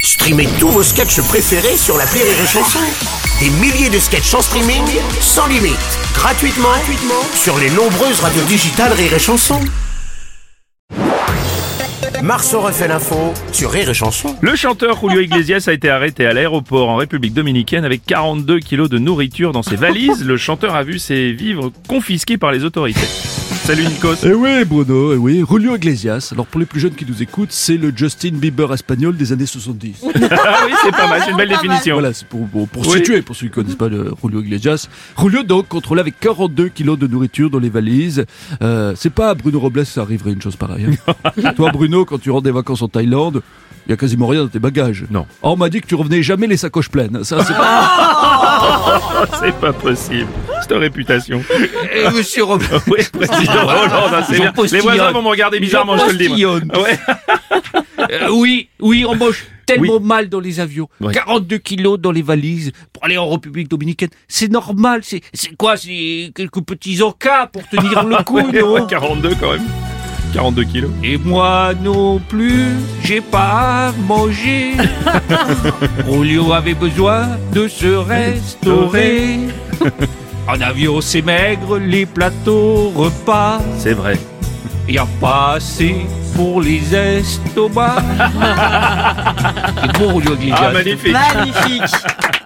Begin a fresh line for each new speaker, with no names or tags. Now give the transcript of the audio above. Streamez tous vos sketchs préférés sur la Rire et Chanson. Des milliers de sketchs en streaming, sans limite, gratuitement, gratuitement sur les nombreuses radios digitales Rire et Chanson. Marceau refait l'info sur Rire et Chanson.
Le chanteur Julio Iglesias a été arrêté à l'aéroport en République dominicaine avec 42 kilos de nourriture dans ses valises. Le chanteur a vu ses vivres confisqués par les autorités. Salut Nikos.
Eh oui, Bruno, eh oui, Julio Iglesias. Alors pour les plus jeunes qui nous écoutent, c'est le Justin Bieber espagnol des années 70.
Ah oui, c'est pas mal, c'est une belle définition.
Voilà, c'est pour, pour, pour
Oui.
situer, pour ceux qui connaissent pas le Julio Iglesias. Julio donc contrôlé avec 42 kilos de nourriture dans les valises. Euh, c'est pas à Bruno Robles ça arriverait une chose pareille. hein. Toi Bruno, quand tu rentres des vacances en Thaïlande, il y a quasiment rien dans tes bagages.
Non.
Or, on m'a dit que tu revenais jamais les sacoches pleines. Ça, c'est pas...
C'est pas possible. C'est ta réputation.
Et monsieur Robles,
Oui, président Hollande, hein, c'est
Jean
bien. Les
Postillon.
voisins vont me regarder bizarrement, je te le dis. moi.
Postillon.
Ouais.
euh, oui, oui, on mange tellement mal dans les avions.
Oui.
42 kilos dans les valises pour aller en République Dominicaine. C'est normal, c'est c'est quoi C'est quelques petits encas pour tenir le coup,
Ouais, ouais,
non
42 quand même. 42 kilos.
Et moi non plus, j'ai pas mangé. Rolio avait besoin de se restaurer. En avion, c'est maigre, les plateaux repas.
C'est vrai.
Y a pas assez pour les estomacs. C'est bon, Rolio Iglesias.
Ah, magnifique.
Magnifique